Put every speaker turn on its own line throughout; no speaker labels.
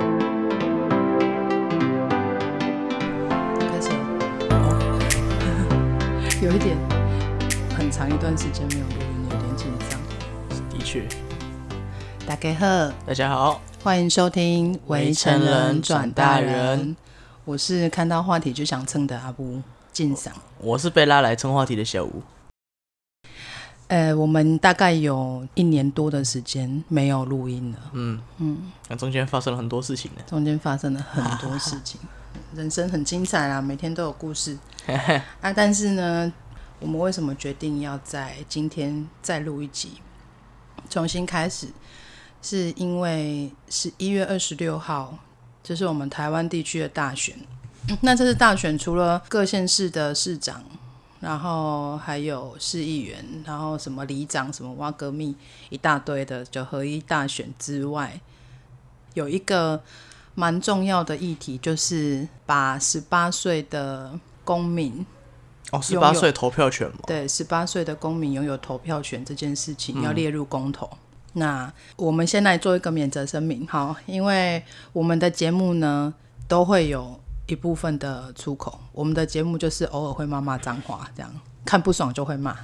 段时间没有录音，有点紧张。
的确，
大家好，
大家好，
欢迎收听《
围城人转大人》，
我是看到话题就想蹭的阿布进赏。
我是被拉来蹭话题的小吴。
呃，我们大概有一年多的时间没有录音了，
嗯嗯，那中间发生了很多事情呢。
中间发生了很多事情，人生很精彩啦，每天都有故事。啊，但是呢，我们为什么决定要在今天再录一集，重新开始？是因为十一月二十六号，这、是我们台湾地区的大选。 那这次大选除了各县市的市长，然后还有市议员，然后什么里长、什么挖革命一大堆的九合一大选之外，有一个蛮重要的议题，就是把十八岁的公民
哦，十
有
八岁投票权嘛，
对，十八岁的公民拥有投票权这件事情要列入公投。那我们先来做一个免责声明，好，因为我们的节目呢都会有一部分的出口，我们的节目就是偶尔会骂骂脏话，这样看不爽就会骂。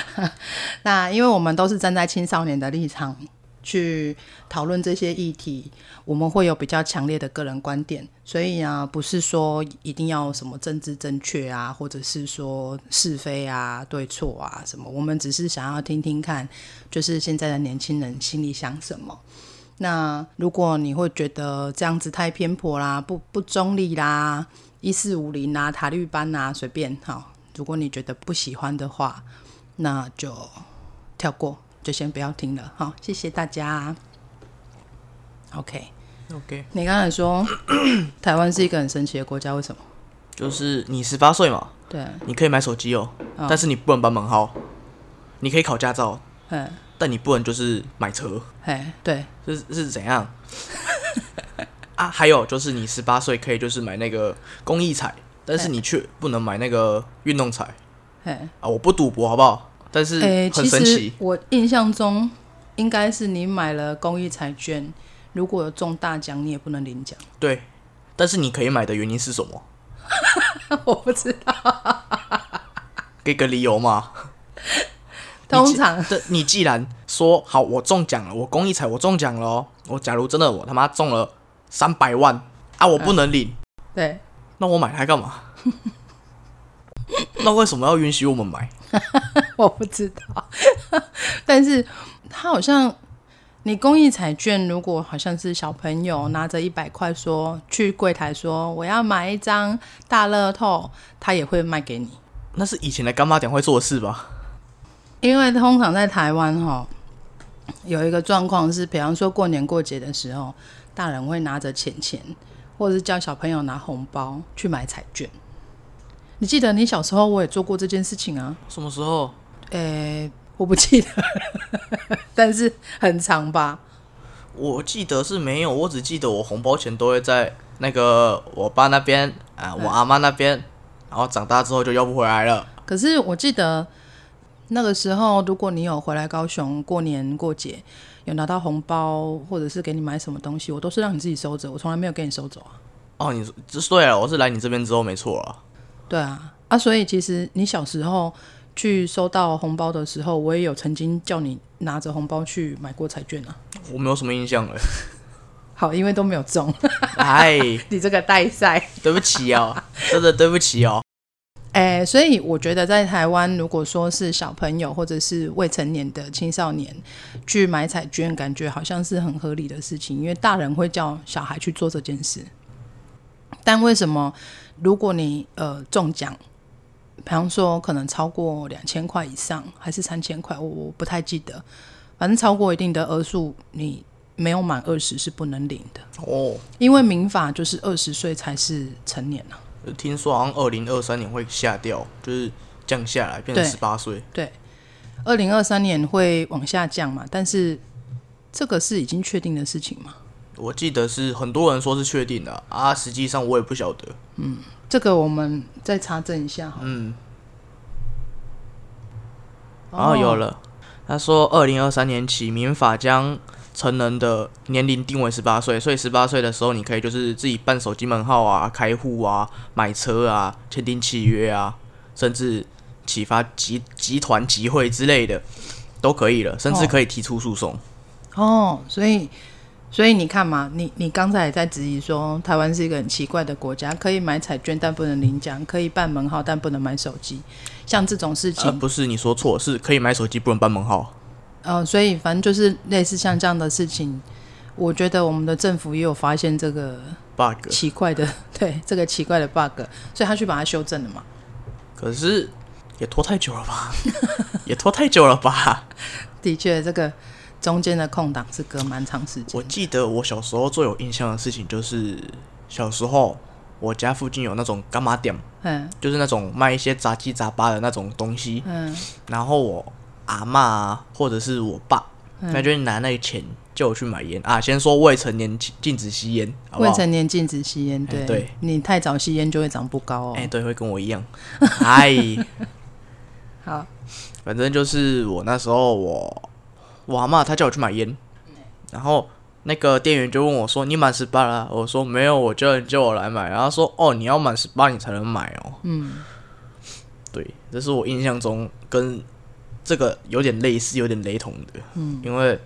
那因为我们都是站在青少年的立场去讨论这些议题，我们会有比较强烈的个人观点，所以啊，不是说一定要什么政治正确啊，或者是说是非啊、对错啊什么，我们只是想要听听看，就是现在的年轻人心里想什么。那如果你会觉得这样子太偏颇啦、不不中立啦、一四五零啦、塔利班啦，随便好，如果你觉得不喜欢的话，那就跳过，就先不要听了。好，谢谢大家。OK，
OK，
你刚才说台湾是一个很神奇的国家，为什么？
就是你十八岁嘛，
对，啊
你可以买手机哦，但是你不能办门号，你可以考驾照，
嗯，
但你不能就是买车，
哎，对，
是是怎样？ 啊，还有就是你十八岁可以就是买那个公益彩，但是你却不能买那个运动彩
哎，
啊！我不赌博好不好？但是
哎，
很
其
神
实
奇，
我印象中应该是你买了公益彩券，如果有中大奖，你也不能领奖。
对。但是你可以买的原因是什么？
我不知道，
给个理由嘛。
通常
这你既然说好我中奖了，我公益彩我中奖了哦、我假如真的我他妈中了三百万啊，我不能领，
嗯对，
那我买它干嘛？ 那为什么要允许我们买？
我不知道， 但是他好像你公益彩券，如果好像是小朋友拿着一百块说去柜台说我要买一张大乐透，他也会卖给你，
那是以前的干妈讲会做的事吧？
因为通常在台湾哈、有一个状况是，比方说过年过节的时候，大人会拿着钱钱，或者是叫小朋友拿红包去买彩券。你记得你小时候我也做过这件事情啊？
什么时候？
呃、我不记得 了，但是很长吧？
我记得是没有，我只记得我红包钱都会在那个我爸那边啊，
嗯
我阿妈那边，然后长大之后就要不回来了。
可是我记得那个时候，如果你有回来高雄过年过节，有拿到红包或者是给你买什么东西，我都是让你自己收着，我从来没有给你收走啊。
哦，你这对了，我是来你这边之后没错了。
对啊，啊，所以其实你小时候去收到红包的时候，我也有曾经叫你拿着红包去买过彩券啊。
我没有什么印象 了。
好，因为都没有中，
哎，
你这个代赛。
对不起哦， 真的对不起哦。
哎、所以我觉得在台湾，如果说是小朋友或者是未成年的青少年去买彩券，感觉好像是很合理的事情，因为大人会叫小孩去做这件事。但为什么如果你呃中奖，比方说可能超过两千块以上，还是三千块，我我不太记得，反正超过一定的额数，你没有满二十是不能领的，
哦，
因为民法就是二十岁才是成年啊。
听说好像二零二三年会下掉，就是降下来变成
对
十八岁。
对，二零二三年会往下降嘛，但是这个是已经确定的事情嘛？
我记得是很多人说是确定的啊，实际上我也不晓得。
这个我们再查证一下哈。哦
嗯，然后哦啊有了，他说二零二三年起，民法将成人的年龄定为十八岁，所以十八岁的时候，你可以就是自己办手机门号啊、开户啊、买车啊、签订契约啊，甚至启发集集团集会之类的，都可以了，甚至
哦
可以提出诉讼。
哦，所以所以你看嘛，你你刚才也在质疑说台湾是一个很奇怪的国家，可以买彩券但不能领奖，可以办门号但不能买手机，像这种事情
呃，，不是你说错，是可以买手机，不能办门号。
呃，所以反正就是类似像这样的事情，我觉得我们的政府也有发现这个
bug。
奇怪的， 对这个奇怪的 bug，所以他去把它修正了嘛。
可是也拖太久了吧？ 也拖太久了吧？
的确，这个中间的空档是隔蛮长时间
我。记得我小时候最有印象的事情就是，小时候我家附近有那种干妈店，
嗯
就是那种卖一些杂七杂八的那种东西。
嗯
然后我阿妈、啊、或者是我爸，
嗯
那就会拿那个钱叫我去买烟啊。先说未成年禁禁止吸烟，好不
未
好？
成年禁止吸烟，
哎
对，
对
你太早吸烟就会长不高哦。
哎、对，会跟我一样。 哎。
好，
反正就是我那时候我我阿妈她叫我去买烟，然后那个店员就问我说：“你满十八了？”我说：“没有，我叫人叫我来买。”然后她说：“哦，你要满十八你才能买哦。”嗯，对，这是我印象中跟这个有点类似、有点雷同的。嗯，因为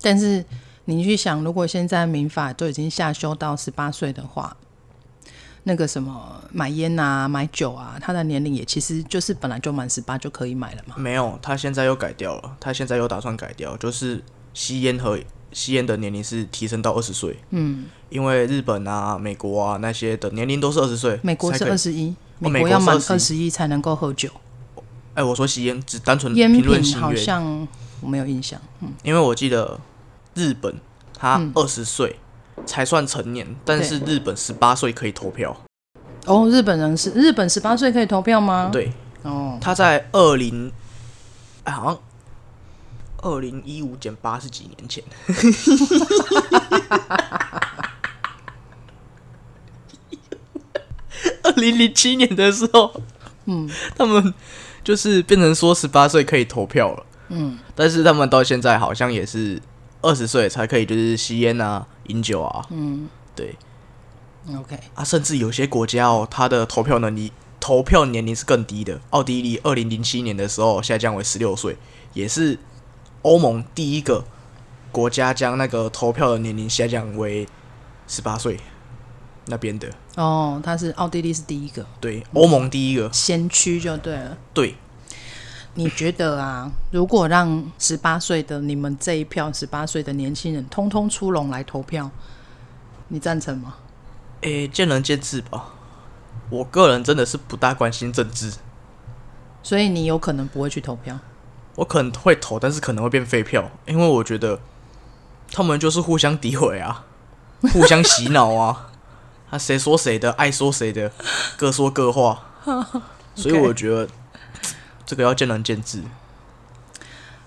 但是你去想，如果现在民法就已经下修到十八岁的话，那个什么买烟啊、买酒啊，他的年龄也其实就是本来就满十八就可以买了嘛。
没有她现在又改掉了，她现在又打算改掉，就是吸烟和吸烟的年龄是提升到二十岁。嗯，因为日本啊、美国啊那些的年龄都是二十岁，
美国是
才可以
二十一，
哦美
国
国
要满
是
二
21
十一才能够喝酒。
哎、我说吸烟只单纯
烟
嗯评论吸
品好
烟，
像我没有印象。
因为我记得日本他
嗯
二十岁才算成年，但是日本十八岁可以投票。
哦，日本人是日本十八岁可以投票吗？，
对，
哦，
他在二零、哎，好像二零一五减八是几年前？ 二零零七年的时候，嗯，他们就是变成说十八岁可以投票了，嗯，但是他们到现在好像也是二十岁才可以，就是吸烟啊、饮酒啊，嗯，对
OK，
啊，甚至有些国家哦，它的投票能力、投票年龄是更低的。奥地利二零零七年的时候下降为十六岁，也是欧盟第一个国家将那个投票的年龄下降为十八岁那边的。
哦，他是奥地利是第一个
对，欧盟第一个。
先驱就对了。
对，
你觉得啊，如果让十八岁的你们这一票十八岁的年轻人通通出笼来投票，你赞成吗？
诶、见仁见智吧。我个人真的是不大关心政治，
所以你有可能不会去投票。
我可能会投，但是可能会变废票，因为我觉得他们就是互相诋毁啊， 互相洗脑啊，啊，谁说谁的，爱说谁的，各说各话，所以我觉得这个要见仁见智。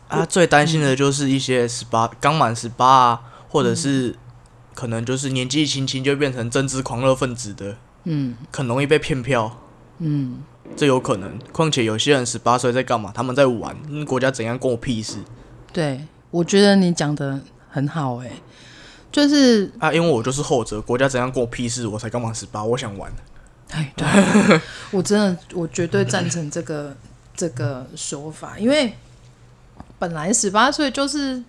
啊，最担心的就是一些十八刚满十八啊，或者是可能就是年纪轻轻就变成政治狂热分子的，嗯，很容易被骗票。这有可能。况且有些人十八岁在干嘛？他们在玩，嗯国家怎样关我屁事
对，我觉得你讲的很好、欸，就是
啊！因为我就是后者，国家怎样关我屁事，我才刚满十八，我想玩。
哎，对，我真的我绝对赞成这个这个说法，因为本来十八岁就是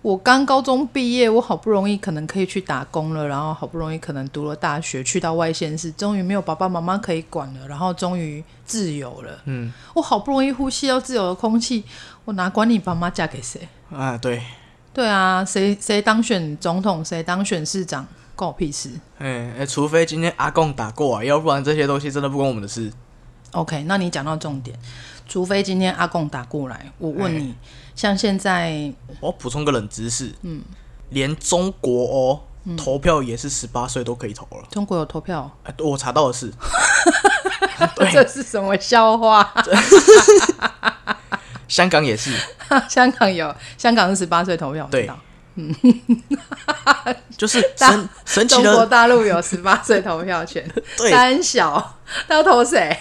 我刚高中毕业，我好不容易可能可以去打工了，然后好不容易可能读了大学，去到外县市，终于没有爸爸妈妈可以管了，然后终于自由了。嗯，我好不容易呼吸到自由的空气，我哪管你爸妈嫁给谁？
啊，对，
对啊，谁谁当选总统，谁当选市长，关我屁事。
哎、哎除非今天阿贡打过来，啊要不然这些东西真的不关我们的事。
OK，那你讲到重点，除非今天阿贡打过来，我问你，
哎
像现在
我要补充个冷知识，嗯，连中国哦，
嗯
投票也是十八岁都可以投了。
中国有投票，
哎、对我查到 的是，
这
对，
是什么笑话？
香港也是，
香港有，香港是十八岁投票，我知
对
道。
就是 神神奇
中国
的
大陆有十八岁投票权，
对
三小他要投谁？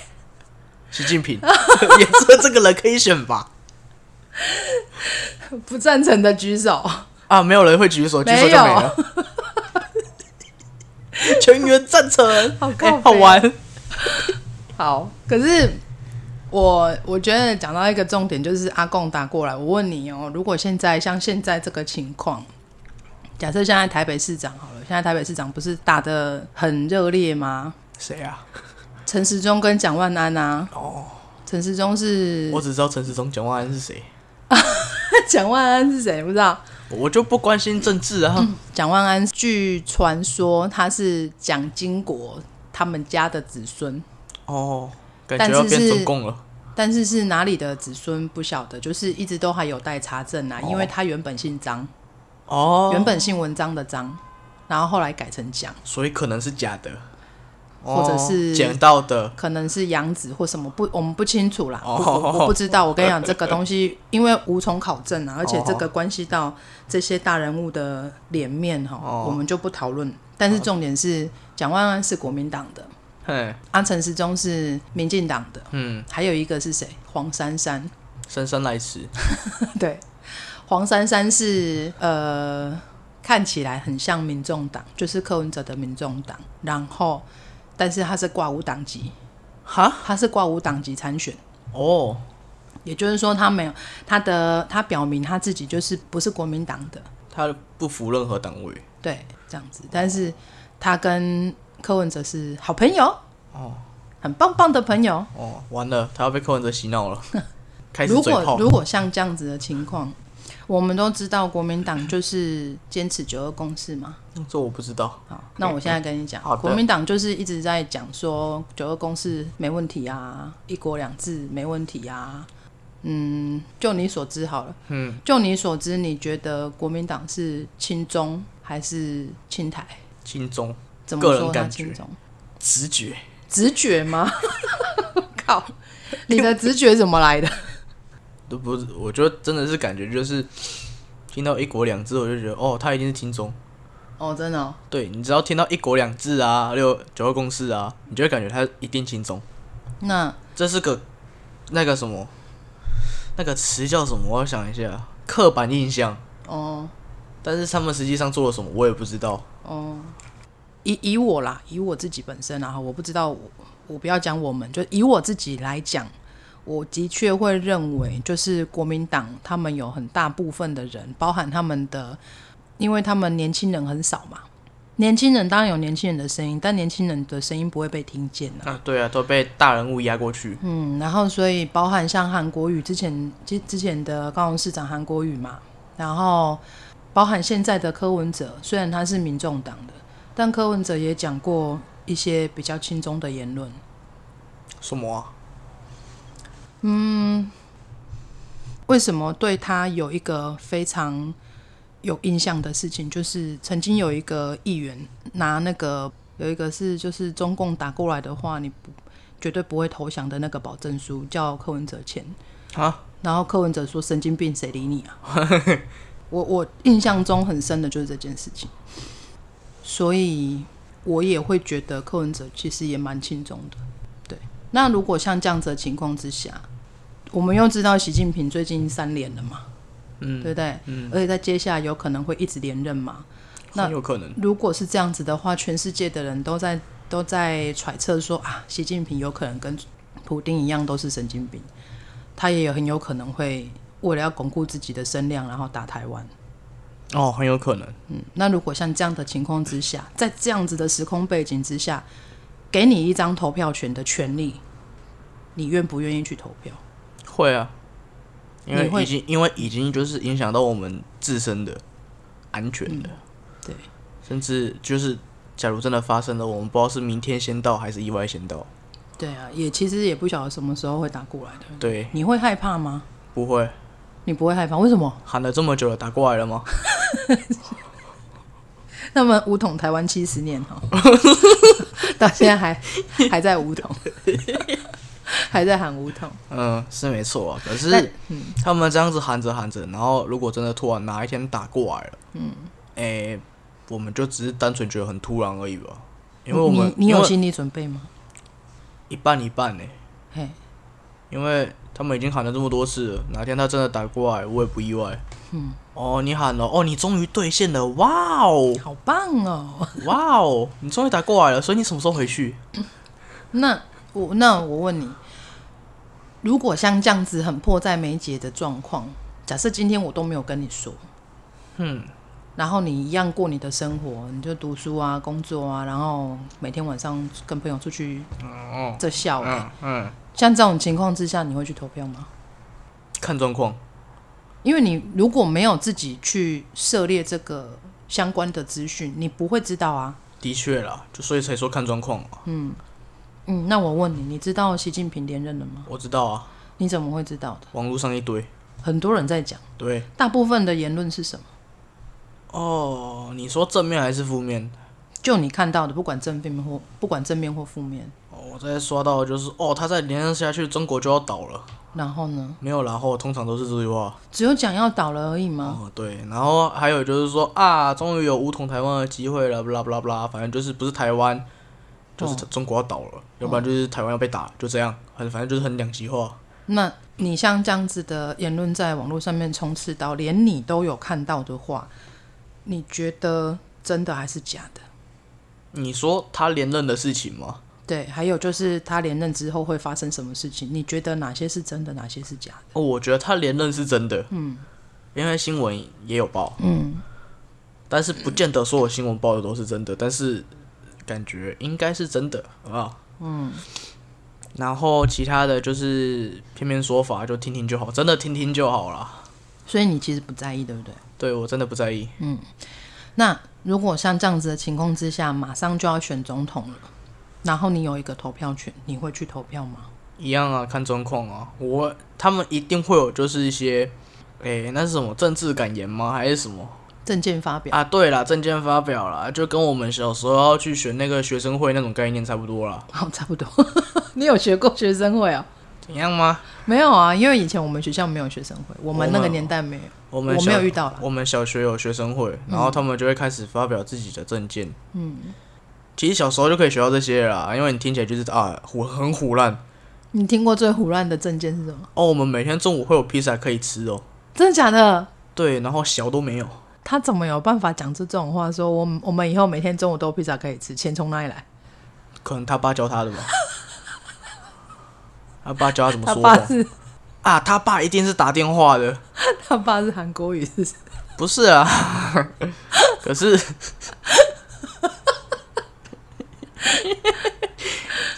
习近平， 也只有这个人可以选吧？
不赞成的举手。
啊，没有人会举手，举手就没了。 全员赞成，
好
哎
靠北啊
好玩。
好，可是我我觉得讲到一个重点，就是阿贡打过来，我问你哦，如果现在像现在这个情况，假设现在台北市长好了，现在台北市长不是打得很热烈吗？
谁啊？
陈时中跟蒋万安啊，
哦，
陈时中是
我只知道陈时中、蒋万安是谁，
蒋万安是谁不知道？
我就不关心政治啊。
蒋万安据传说他是蒋经国他们家的子孙，
哦，感
但
觉
是
要变
是
中共了。
但是是哪里的子孙不晓得，就是一直都还有待查证啊，因为他原本姓张，
哦，
原本姓文章的章，然后后来改成蒋，
所以可能是假的，
或者
哦
是
捡到的。
可能是养子或什么不，我们不清楚啦，
哦
不我我不知道。我跟你讲，这个东西因为无从考证
哦
啊，而且这个关系到这些大人物的脸面哈，
哦
我们就不讨论。但是重点是，蒋万安是国民党的，
嘿，
安陈时中是民进党的，
嗯，
还有一个是谁？黄珊珊，
姗姗来迟。
对，黄珊珊是呃，看起来很像民众党，就是柯文哲的民众党，然后但是他是挂无党籍，
哈？
他是挂无党籍参选，
哦，
也就是说他没有他的他表明他自己就是不是国民党的，
他不服任何党委。
对，这样子，但是他跟柯文哲是好朋友，
哦
很棒棒的朋友。
哦，完了，他要被柯文哲洗 脑了，开始
如
嘴
果
炮。
如果像这样子的情况，我们都知道国民党就是坚持九二共识嘛，
嗯这我不知道。
好，那我现在跟你讲
好，的
国民党就是一直在讲说九二共识没问题啊，一国两制没问题啊。嗯，就你所知好了，嗯，就你所知，你觉得国民党是亲中还是亲台？
亲中
怎么
个人
说他
感觉
亲中？
直觉，
直觉吗？ 靠，你的直觉怎么来的？
都不是，我觉得真的是感觉就是听到“一国两制”，我就觉得哦，他一定是亲中。
哦，真的哦、
对，你只要听到“一国两制”啊，六九二共识啊，你就会感觉他一定亲中。
那
这是个那个什么，那个词叫什么？我要想一下，刻板印象。
哦
但是他们实际上做了什么，我也不知道。
哦，以以我啦，以我自己本身啦，哈我不知道我，我不要讲我们，就以我自己来讲，我的确会认为，就是国民党他们有很大部分的人，包含他们的，因为他们年轻人很少嘛，年轻人当然有年轻人的声音，但年轻人的声音不会被听见啊。
啊，对啊，都被大人物压过去。
嗯，然后所以包含像韩国瑜之前之之前的高雄市长韩国瑜嘛，然后包含现在的柯文哲，虽然他是民众党的，但柯文哲也讲过一些比较轻中的言论。
什么、啊？
为什么对他有一个非常有印象的事情，就是曾经有一个议员拿那个有一个是就是中共打过来的话，你不绝对不会投降的那个保证书，叫柯文哲签。
啊？
然后柯文哲说：“神经病，谁理你啊？” 我我印象中很深的就是这件事情，所以我也会觉得柯文哲其实也蛮轻重的。对，那如果像这样子的情况之下，我们又知道习近平最近三连了嘛，
嗯
对不对？
嗯，
而且在接下来有可能会一直连任嘛。那
很有可能。
如果是这样子的话，全世界的人都在都在揣测说啊，习近平有可能跟普丁一样都是神经病，他也有很有可能会为了要巩固自己的声量，然后打台湾。
哦，很有可能。
嗯，那如果像这样的情况之下，在这样子的时空背景之下，给你一张投票权的权利，你愿不愿意去投票？
会啊，因
你
为
会
已经因为已经就是影响到我们自身的安全的，
嗯对，
甚至就是假如真的发生了，我们不知道是明天先到还是意外先到。
对啊，也其实也不晓得什么时候会打过来的。
对，
你会害怕吗？
不会
你不会害怕，为什么？
喊了这么久了，打过来了吗？
那么武统台湾七十年 哈，到现在还还在武 统，还在喊武统。
嗯，是没错啊。可
但嗯
是他们这样子喊着喊着，然后如果真的突然哪一天打过来了，嗯，哎、我们就只是单纯觉得很突然而已吧。因为我们
你你
因
有
为
心理准备吗？
一半一半呢、
嘿，
因为他们已经喊了这么多次了，哪天他真的打过来，我也不意外。嗯，哦，你喊了，哦，你终于兑现了，哇哦，
好棒哦！
哇哦，你终于打过来了，所以你什么时候回去？
那我那我问你，如果像这样子很迫在眉睫的状况，假设今天我都没有跟你说，
嗯，
然后你一样过你的生活，你就读书啊、工作啊，然后每天晚上跟朋友出去
哦，
这笑、欸，
嗯嗯，
像这种情况之下，你会去投票吗？
看状况，
因为你如果没有自己去涉猎这个相关的资讯，你不会知道啊。
的确啦，就所以才说看状况嘛。
嗯，那我问你，你知道习近平连任了吗？
我知道啊，
你怎么会知道的？
网络上一堆，
很多人在讲，
对，
大部分的言论是什么？
哦，你说正面还是负面？
就你看到的，不管正面或不管正面或负面，
哦，我在刷到的就是，哦，他再连任下去，中国就要倒了。
然后呢，
没有然后，通常都是这句话。
只有讲要倒了而已吗？
哦，对，然后还有就是说啊，终于有武统台湾的机会了，不啦不啦不啦，反正就是不是台湾，就是中国要倒了，要不然就是台湾要被打，就这样，很反正就是很两极化。
那你像这样子的言论在网络上面充斥到，连你都有看到的话，你觉得真的还是假的？
你说他连任的事情吗？
对，还有就是他连任之后会发生什么事情？你觉得哪些是真的，哪些是假的？
哦，我觉得他连任是真的，嗯，因为新闻也有报，
嗯，
但是不见得所有新闻报的都是真的，但是感觉应该是真的，好不好？嗯。然后其他的就是片面说法，就听听就好，真的听听就好啦。
所以你其实不在意，对不对？
对我真的不在意。
那如果像这样子的情况之下，马上就要选总统了，然后你有一个投票权，你会去投票吗？
一样啊，看状况啊。我他们一定会有，就是一些，诶、那是什么政治感言吗？还是什么
证件发表，
啊？对啦，证件发表啦，就跟我们小时候要去选那个学生会那种概念差不多啦。
好、差不多。 你有学过学生会啊？
怎样吗？
没有啊，因为以前我们学校没有学生会，我们那个年代没有。
我们
我
小
没有遇到啦嗯
我们小学有学生会，然后他们就会开始发表自己的证件。嗯，其实小时候就可以学到这些了啦，因为你听起来就是啊，虎很虎烂。
你听过最胡乱的证件是什么？
哦，我们每天中午会有披萨可以吃哦。
真的假的？
对，然后小都没有。
他怎么有办法讲出这种话？说我们我们以后每天中午都有披萨可以吃，钱从哪里来？
可能他爸教他的吧。 他爸教他怎么
他
说
爸
谎
是
啊？他爸一定是打电话的，
他爸是韩国语，是不是？
不是啊？ 可是，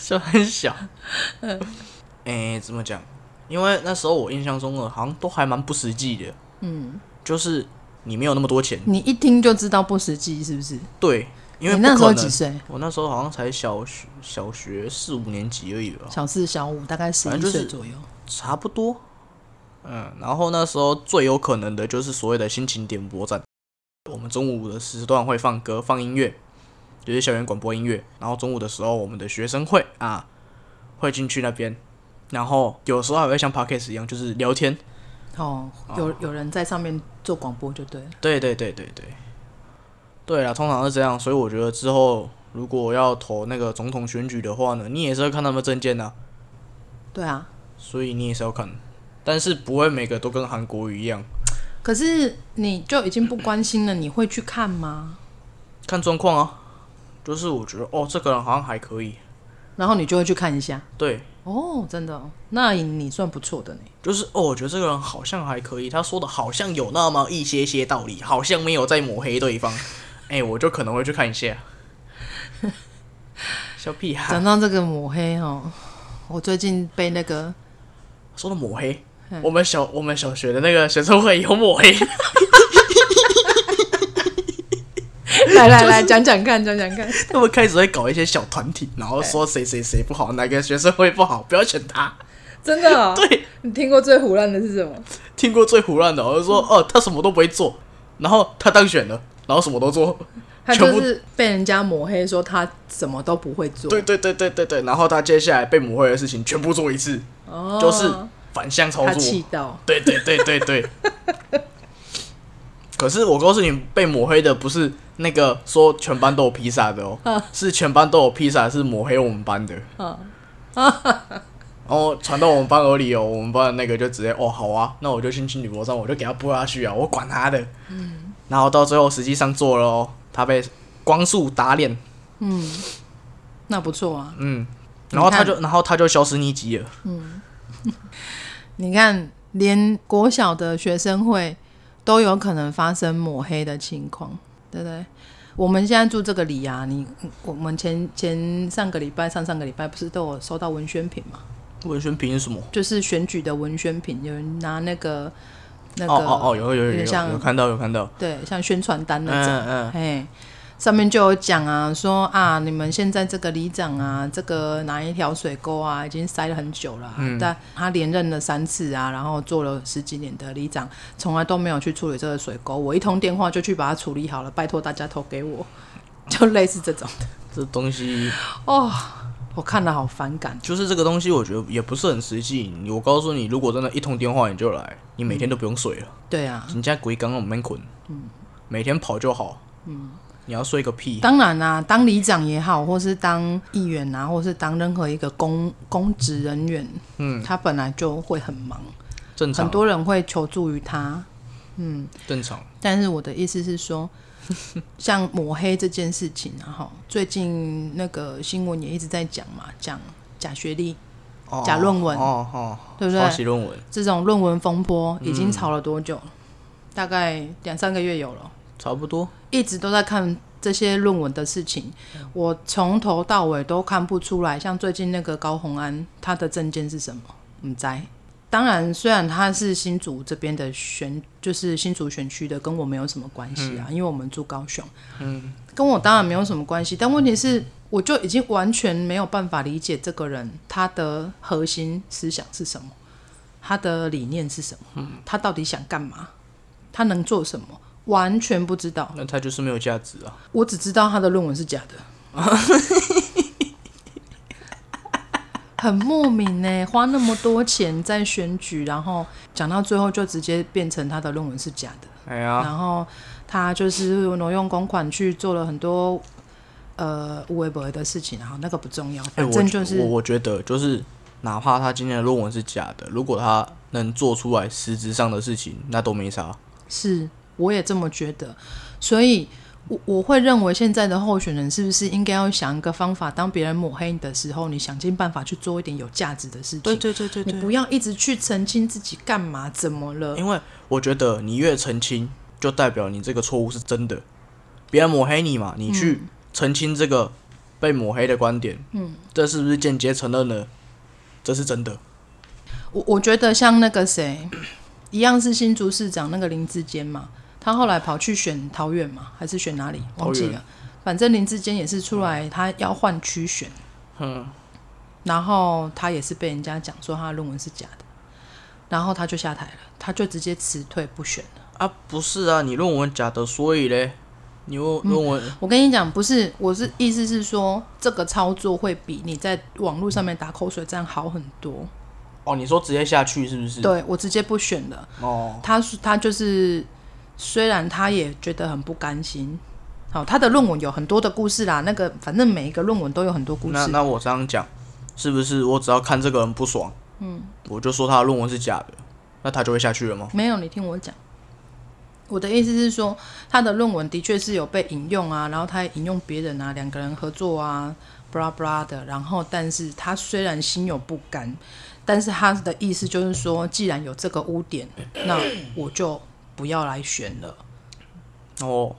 就很小。
嗯
哎、怎么讲？因为那时候我印象中的好像都还蛮不实际的。嗯，就是你没有那么多钱，
你一听就知道不实际，是不是？
对，因为
嗯你
不
那时候
可
几
能。
岁？
我那时候好像才小学小学四五年级而已吧。
小四、小五，大概十
反
一
正就
岁
是
左右。
差不多。嗯，然后那时候最有可能的就是所谓的心情点播站，我们中午的时段会放歌、放音乐，就是校园广播音乐。然后中午的时候，我们的学生会啊会进去那边，然后有时候还会像 podcast 一样，就是聊天。
哦，有有人在上面做广播就对了。
对对对对对，对啦，通常是这样。所以我觉得之后如果要投那个总统选举的话呢，你也是要看他们证件的、
对啊，
所以你也是要看，但是不会每个都跟韩国瑜一样。
可是你就已经不关心了，你会去看吗？
看状况啊，就是我觉得哦，这个人好像还可以，
然后你就会去看一下。
对，
哦，真的、哦，那你算不错的呢。
就是哦，我觉得这个人好像还可以，他说的好像有那么一些些道理，好像没有在抹黑对方， 哎、我就可能会去看一下。 小屁孩
讲到这个抹黑哦，我最近被那个
说的抹黑，我们小我们小学的那个 学生会有抹黑，
来来来讲讲看，讲讲看。
他们开始会搞一些小团体，然后说谁谁谁不好，哪个学生会不好，不要选他。
真的、 哦？
对，
你听过最胡乱的是什么？
听过最胡乱的，我就说哦，他什么都不会做，然后他当选了，然后什么都做。
他
全
就
部
是被人家抹黑，说他什么都不会做。
对对对对对对，然后他接下来被抹黑的事情全部做一次，
哦，
就是反向操
他
作
气。到，
对对对对对。 可是我告诉你，被抹黑的不是那个说全班都有披萨的哦，
啊
是全班都有披萨，是抹黑我们班的。 然后传到我们班耳里哦，我们班的那个就直接哦，好啊，那我就先去女博上，我就给他播下去啊，我管他的。嗯。然后到最后实际上做了哦，他被光速打脸，
那不错啊。啊
嗯，然后他
看
就然后他就消失匿迹了。
你看，连国小的学生会都有可能发生抹黑的情况，对不对？我们现在住这个里啊，你我们前前上个礼拜、上上个礼拜不是都有收到文宣品嘛？
文宣凭什么？
就是选举的文宣品，有人拿那个那个
哦哦哦，有有有有
有点像
有有看到有看到，
对，像宣传单
嗯
那种，
嗯，
哎、上面就有讲啊，说啊，你们现在这个里长啊，这个哪一条水沟啊，已经塞了很久了啊、但他连任了三次啊，然后做了十几年的里长，从来都没有去处理这个水沟。我一通电话就去把它处理好了，拜托大家投给我， 就类似这种的
这东西
哦，我看了好反感。
就是这个东西，我觉得也不是很实际。你我告诉你，如果真的一通电话你就来，你每天都不用睡了。
对啊，
人家鬼刚刚没捆，
嗯
每天跑就好，你要睡个屁，
当然啦、当里长也好，或是当议员啊，或是当任何一个公公职人员，嗯，他本来就会很忙，
正常
很，多人会求助于他。
正常，
但是我的意思是说，像抹黑这件事情、啊，然后最近那个新闻也一直在讲嘛，讲假学历
哦
假论文
哦哦，
对不对
抄袭论文，
这种论文风波，已经吵了多久？大概两三个月有了。
差不多。
一直都在看这些论文的事情，我从头到尾都看不出来。像最近那个高洪安，他的证件是什么？嗯，在。当然，虽然他是新竹这边的选，就是新竹选区的，跟我没有什么关系啊，因为我们住高雄，嗯，跟我当然没有什么关系。但问题是，我就已经完全没有办法理解这个人他的核心思想是什么，他的理念是什么，他到底想干嘛，他能做什么，完全不知道。
那它就是没有价值啊！
我只知道他的论文是假的， 很莫名呢、花那么多钱在选举，然后讲到最后就直接变成他的论文是假的，
哎呀，
然后他就是挪用公款去做了很多呃无微不为的事情，然后那个不重要，
哎，
反
我
正
觉
就
我
是
我觉得就是，哪怕他今天的论文是假的，如果他能做出来实质上的事情，那都没啥。
是，我也这么觉得，所以。我我会认为现在的候选人是不是应该要想一个方法，当别人抹黑你的时候，你想尽办法去做一点有价值的事情。
对对对
你不要一直去澄清自己干嘛、怎么了。
因为我觉得你越澄清，就代表你这个错误是真的，别人抹黑你嘛，你去澄清这个被抹黑的观点，嗯，这是不是间接承认了这是真的？
我我觉得像那个谁，一样是新竹市长那个林志坚嘛，他后来跑去选桃园嘛，还是选哪里忘记
桃
了。反正林志坚也是出来，他要换区选，
嗯，
然后他也是被人家讲说他的论文是假的，然后他就下台了，他就直接辞退不选了。
啊，不是啊，你论文假的，所以嘞，你论论文、
我跟你讲，不是，我是意思是说，这个操作会比你在网络上面打口水战好很多。
哦，你说直接下去是不是？
对我直接不选了。
哦，
他是他就是，虽然他也觉得很不甘心，好，他的论文有很多的故事啦，那个反正每一个论文都有很多故
那
事，
那我这样讲，是不是我只要看这个人不爽，嗯，我就说他的论文是假的，那他就会下去了吗？
没有你听我讲。我的意思是说，他的论文的确是有被引用啊，然后他也引用别人啊，两个人合作啊，blah blah 的。然后，但是他虽然心有不甘，但是他的意思就是说，既然有这个污点，那我就不要来选了。
哦，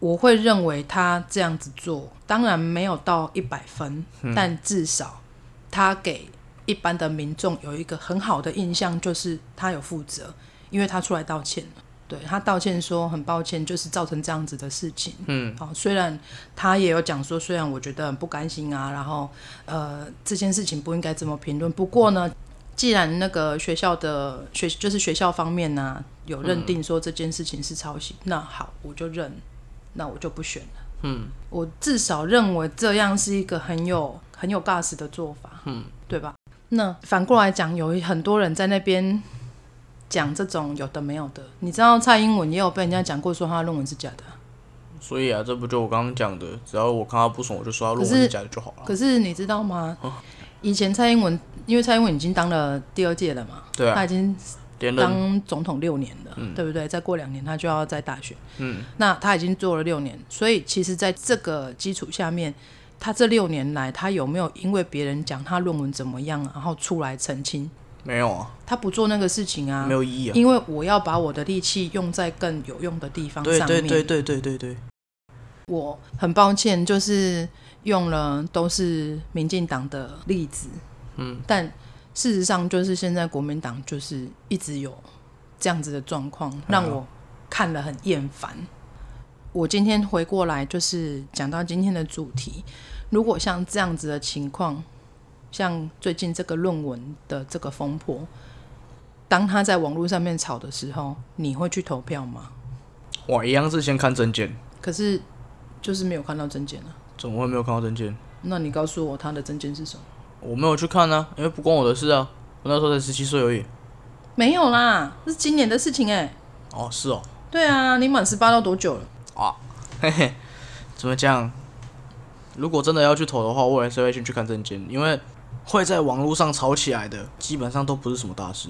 我会认为他这样子做，当然没有到一百分，但至少他给一般的民众有一个很好的印象，就是他有负责，因为他出来道歉了。对他道歉说很抱歉，就是造成这样子的事情。嗯，哦，虽然他也有讲说，虽然我觉得很不甘心啊，然后呃这件事情不应该这么评论，不过呢，既然那个学校的学就是学校方面呢、有认定说这件事情是抄袭，那好，我就认，那我就不选了。嗯，我至少认为这样是一个很有很有 gas 的做法。嗯，对吧？那反过来讲，有很多人在那边讲这种有的没有的。你知道蔡英文也有被人家讲过说他的论文是假的啊，
所以啊，这不就我刚刚讲的，只要我看他不爽，我就说他论文
可
是
是
假的就好了。
可是你知道吗？以前蔡英文，因为蔡英文已经当了第二届了嘛，
对啊
他已经
连人
哎当总统六年了，对不对？再过两年他就要在大选，嗯，那他已经做了六年，所以其实在这个基础下面，他这六年来他有没有因为别人讲他论文怎么样，然后出来澄清？
没有啊，
他不做那个事情啊
没，有意义啊。
因为我要把我的力气用在更有用的地方上
对
面。
对对对对对对，
我很抱歉，就是用了都是民进党的例子，嗯，但事实上就是现在国民党就是一直有这样子的状况，让我看了很厌烦。我今天回过来就是讲到今天的主题，如果像这样子的情况，像最近这个论文的这个风波，当他在网络上面吵的时候，你会去投票吗？
我一样是先看证件，
可是就是没有看到证件啊。
怎么会没有看到证件？
那你告诉我他的证件是什么？
我没有去看啊，因为不关我的事啊。我那时候才十七岁而已。
没有啦，这是今年的事情哎、
哦，是哦，
对啊，你满十八到多久了？
啊，嘿嘿， 怎么讲？如果真的要去投的话，我也是会先去看证件，因为会在网络上吵起来的，基本上都不是什么大事。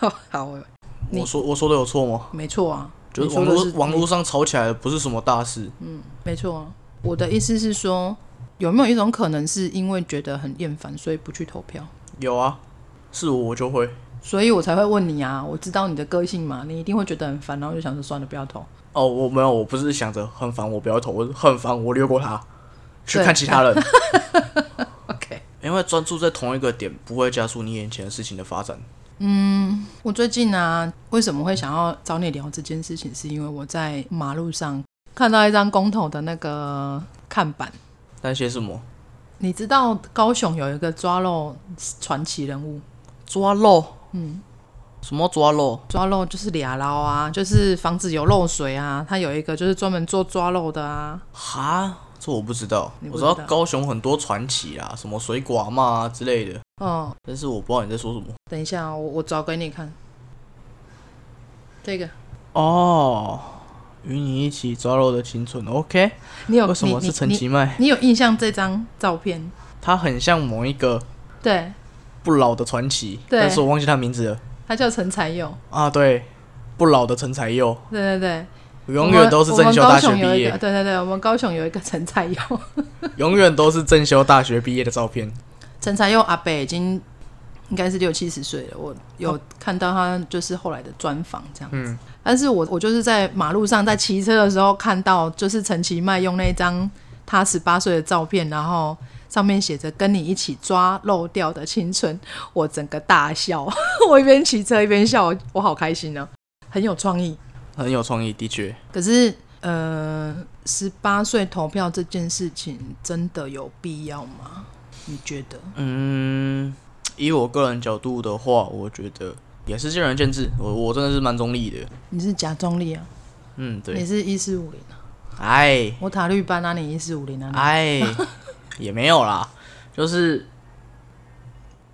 好，你
我说我说的有错吗？
没错啊，
就是
你
网
说的
络
是
网络上吵起来的不是什么大事，
没错啊。我的意思是说，有没有一种可能是因为觉得很厌烦，所以不去投票？
有啊，是我我就会。
所以我才会问你啊，我知道你的个性嘛，你一定会觉得很烦，然后就想说算了，不要投。
哦，我没有，我不是想着很烦，我不要投，我是很烦，我略过他，去
对
看其他人，
OK，
因为专注在同一个点不会加速你眼前的事情的发展。
我最近啊，为什么会想要找你聊这件事情，是因为我在马路上看到一张公投的那个看板，
那些什么
你知道高雄有一个抓漏传奇人物，
抓漏，嗯，什么抓漏？
抓漏就是俩捞啊，就是防止有漏水啊。他有一个就是专门做抓漏的啊。
哈，这我不知道，
你不
我
知
知
道
道高雄很多传奇啊，什么水寡嘛、啊、之类的，
哦，
但是我不知道你在说什么。
等一下啊，我我找给你看。这个，
哦，与你一起抓漏的青春，OK？
你有
为什么
哦你
是陈
你
其迈？
你你有印象这张照片？
他很像某一个
对，
不老的传奇，
对
但是我忘记他名字了
他叫陈才佑。
啊。对，不老的陈才佑，
对对对，
永远都是正修
我们
大
高
学
雄有
毕
一个，
业，
对对对，我们高雄有一个陈才佑。
永远都是正修大学毕业的照片。
陈才佑阿北已经应该是六七十岁了，我有看到他就是后来的专访这样子。但是我我就是在马路上在骑车的时候看到，就是陈其迈用那张他十八岁的照片，然后上面写着“跟你一起抓漏掉的青春”，我整个大笑， 我一边骑车一边笑，我好开心呢、很有创意。
很有创意，的确，
可是呃，十八岁投票这件事情真的有必要吗？你觉得？
嗯，以我个人角度的话，我觉得也是见仁见智。我我真的是蛮中立的，
你是假中立啊？
嗯，对
你。是一四五零啊，
哎
我塔绿班啊，你一四五零啊，你
哎，也没有啦，就是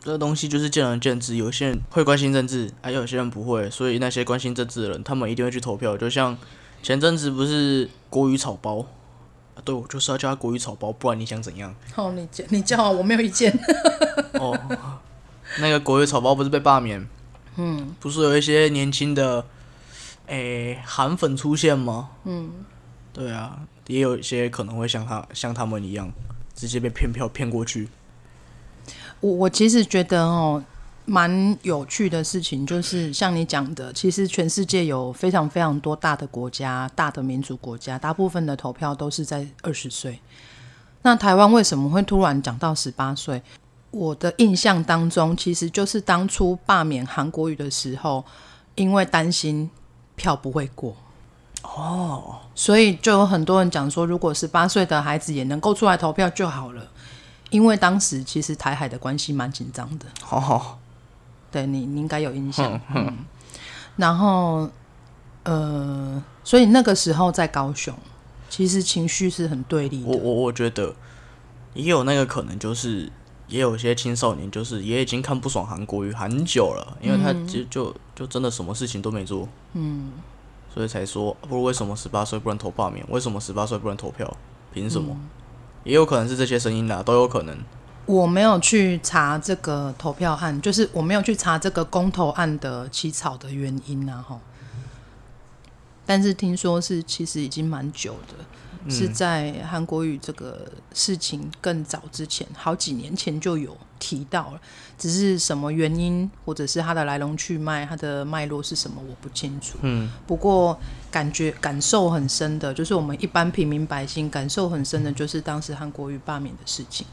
这个东西就是见仁见智，有些人会关心政治，还、有些人不会，所以那些关心政治的人，他们一定会去投票。就像前阵子不是国语草包，啊对我就是要叫他国语草包，不然你想怎样？
哦，你叫你叫啊，我没有意见。
哦，那个国语草包不是被罢免？嗯，不是有一些年轻的，诶、韩粉出现吗？嗯，对啊，也有一些可能会像他像他们一样，直接被骗票骗过去。
我我其实觉得哦，蛮有趣的事情，就是像你讲的，其实全世界有非常非常多大的国家、大的民主国家，大部分的投票都是在二十岁。那台湾为什么会突然讲到十八岁？我的印象当中，其实就是当初罢免韩国瑜的时候，因为担心票不会过。哦，所以就有很多人讲说，如果十八岁的孩子也能够出来投票就好了。因为当时其实台海的关系蛮紧张的，
好好，
对你你应该有印象。嗯，然后呃，所以那个时候在高雄，其实情绪是很对立
我
的。
我我觉得也有那个可能，就是也有些青少年就是也已经看不爽韩国瑜很久了，因为他就就就真的什么事情都没做，嗯，所以才说不如为什么十八岁不能投罢免，为什么十八岁不能投票，凭什么？也有可能是这些声音啦，都有可能。
我没有去查这个投票案，就是我没有去查这个公投案的起草的原因啊，哈。但是听说是其实已经蛮久的，是在韩国语这个事情更早之前，好几年前就有提到了，只是什么原因或者是它的来龙去脉、它的脉络是什么，我不清楚。嗯，不过感觉感受很深的，就是我们一般平民百姓感受很深的，就是当时韩国语罢免的事情。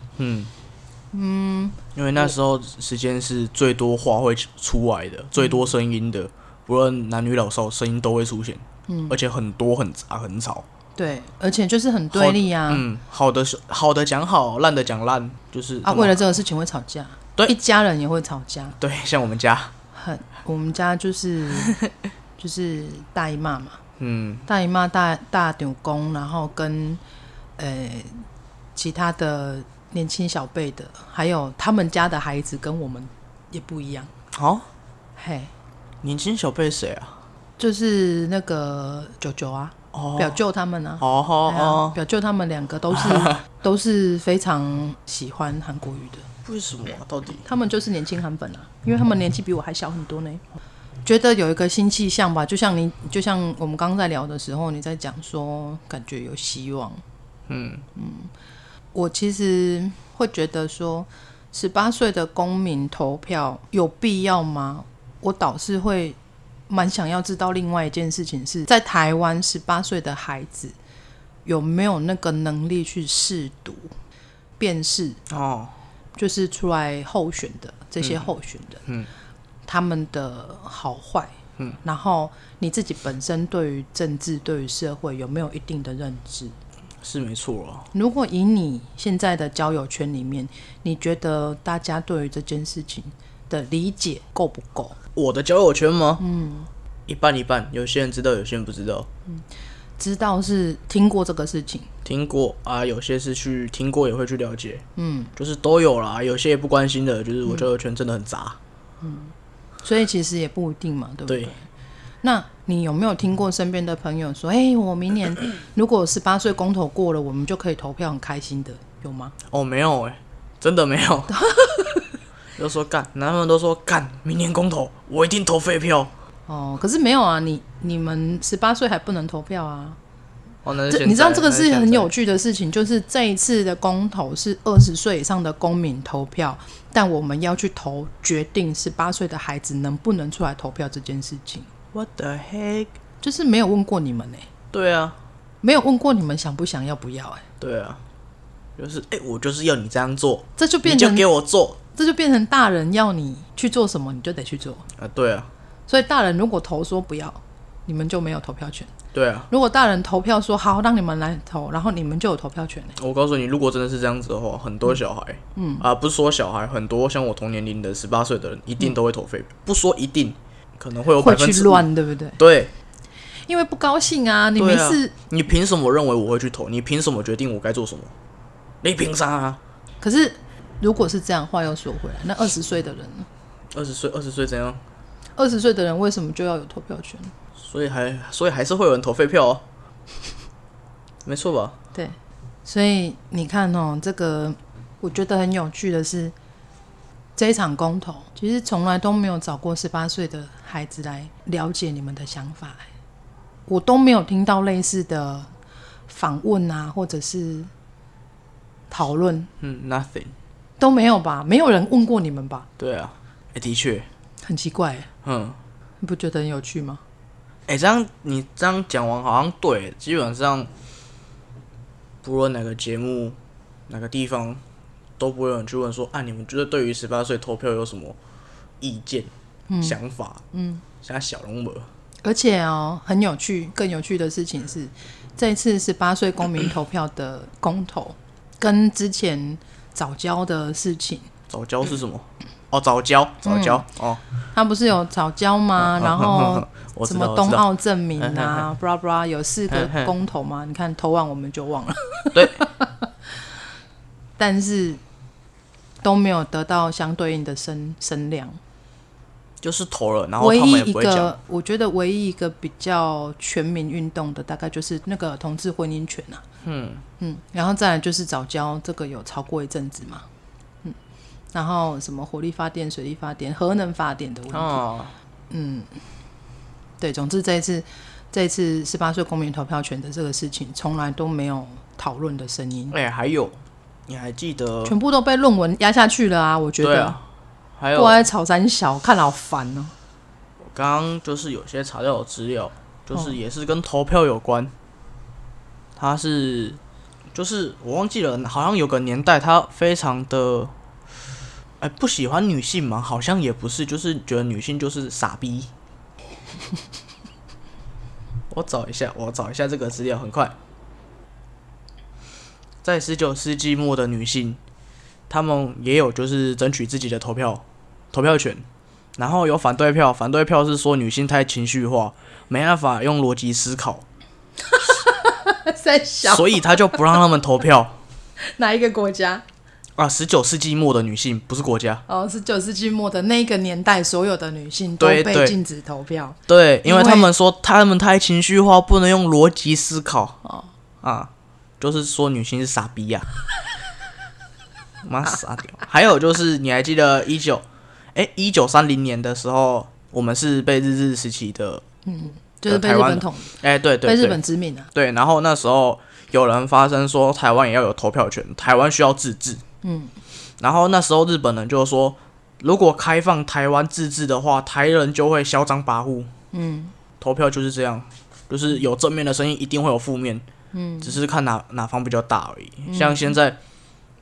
因为那时候时间是最多话会出来的，最多声音的，不论男女老少，声音都会出现，嗯，而且很多很杂很吵，
对，而且就是很对立啊。
嗯，好的是好的讲好，烂的讲烂，就是
啊，
那么
为了这个事情会吵架，
对
一家人也会吵架，
对，像我们家，
很。我们家就是 就是大姨妈嘛，
嗯，
大姨妈、大大舅公，然后跟呃其他的年轻小辈的，还有他们家的孩子跟我们也不一样，
好、
嘿，
哦年轻小辈谁啊？
就是那个舅舅啊，
哦
表舅他们啊，
哦哦
哎呀
哦，
表舅他们两个都 是都是非常喜欢韩国语的。
为什么啊、到底？
他们就是年轻韩粉啊，因为他们年纪比我还小很多呢。觉得有一个新气象吧，就像你，就像我们刚刚在聊的时候，你在讲说感觉有希望。嗯嗯，我其实会觉得说，十八岁的公民投票有必要吗？我倒是会蛮想要知道另外一件事情是在台湾十八岁的孩子有没有那个能力去试读、辨识
哦，
就是出来候选的这些候选人，嗯，他们的好坏，嗯，然后你自己本身对于政治、对于社会有没有一定的认知？
是没错啊。
如果以你现在的交友圈里面，你觉得大家对于这件事情的理解够不够？
我的交友圈吗？嗯，一半一半，有些人知道，有些人不知道。
知道是听过这个事情，
听过啊，有些是去听过也会去了解，嗯，就是都有啦。有些也不关心的，就是我交友圈真的很杂。
所以其实也不一定嘛，对不对？
对，
那你有没有听过身边的朋友说：“哎、我明年如果十八岁公投过了，我们就可以投票，很开心的，有吗？”
哦，没有哎、真的没 有。都说干，男们都说干，明年公投我一定投废票。
哦，可是没有啊，你你们十八岁还不能投票啊。
哦，那是
这
现
你知道
在
这个
那
是
现
很
在
有趣的事情，就是这一次的公投是二十岁以上的公民投票，但我们要去投决定十八岁的孩子能不能出来投票这件事情，
What the heck？
就是没有问过你们呢、欸
对啊，
没有问过你们想不想要不要哎、
对啊，就是哎、我就是要你这样做，
这就
你
变
就
成
给我做
这就变成大人要你去做什么你就得去做，
啊，对啊，
所以大人如果投说不要，你们就没有投票权；
对啊。
如果大人投票说好让你们来投，然后你们就有投票权、欸
我告诉你，如果真的是这样子的话，很多小孩，嗯啊、不是说小孩，很多像我同年龄的十八岁的人，一定都会投废票。不说一定，可能会有
嗯会
哦百分
去
之
乱，对不对？
对，
因为不高兴啊，你没
对啊
事。
你凭什么认为我会去投？你凭什么决定我该做什么？你凭啥啊？
可是如果是这样，话又说回来，那二十岁的人呢？
二十岁，二十岁怎样？
二十岁的人为什么就要有投票权？
所以还所以还是会有人投废票哦，没错吧？
对，所以你看哦，这个我觉得很有趣的是，这一场公投其实从来都没有找过十八岁的孩子来了解你们的想法，哎我都没有听到类似的访问啊，或者是讨论
嗯，nothing。
都没有吧？没有人问过你们吧？
对啊，哎、的确，
很奇怪，哎
嗯，
你不觉得很有趣吗？
哎、这样你这样讲完好像对，基本上不论哪个节目、哪个地方，都不会有人去问说啊，你们觉得对于十八岁投票有什么意见、想法？嗯，像小龙门，
而且哦，很有趣，更有趣的事情是，这一次十八岁公民投票的公投，跟之前早教的事情，
早教是什么？哦，早教，早教，哦，
他不是有早教
啊
吗？嗯然后
我
什
知
么
道，我
冬
知道，
奥证明啊，布拉布拉，有四个公投嘛？你看投完我们就忘了，
对，
但是都没有得到相对应的声声量。
就是投了，然后
唯
他
一
们也
一
不会讲。
个，我觉得唯一一个比较全民运动的，大概就是那个同志婚姻权啊。嗯嗯，然后再来就是早教，这个有超过一阵子嘛。嗯，然后什么火力发电、水力发电、核能发电的问题。
哦，
对，总之这一次这次十八岁公民投票权的这个事情，从来都没有讨论的声音，
哎、还有，你还记得？
全部都被论文压下去了啊！我觉
对
得，
啊，还有
不然在草山小看了好烦哦、
我刚刚就是有些查到有资料，就是也是跟投票有关。它是，就是我忘记了，好像有个年代，他非常的，哎、不喜欢女性嘛，好像也不是，就是觉得女性就是傻逼。 我找一下，我找一下这个资料，很快。在十九世纪末的女性，她们也有就是争取自己的投票投票权，然后有反对票，反对票是说女性太情绪化，没办法用逻辑思考，
三小
所以他就不让他们投票
哪一个国家？
啊。十九世纪末的女性不是国家，
哦，十九世纪末的那个年代，所有的女性都
对
被
对
禁止投票。
对，
因
因
为
为他们说他们太情绪化，不能用逻辑思考。哦啊，就是说女性是傻逼呀、 妈傻屌！还有就是，你还记得一九哎一九三零年的时候，我们是被日治时期的
就是被日
台湾
本
的
统，
哎、对对
被
对，
日本殖民啊，
对，然后那时候有人发声说台湾也要有投票权，台湾需要自治。嗯，然后那时候日本人就说，如果开放台湾自治的话，台人就会嚣张跋扈。嗯，投票就是这样，就是有正面的声音，一定会有负面。嗯，只是看哪哪方比较大而已。像现在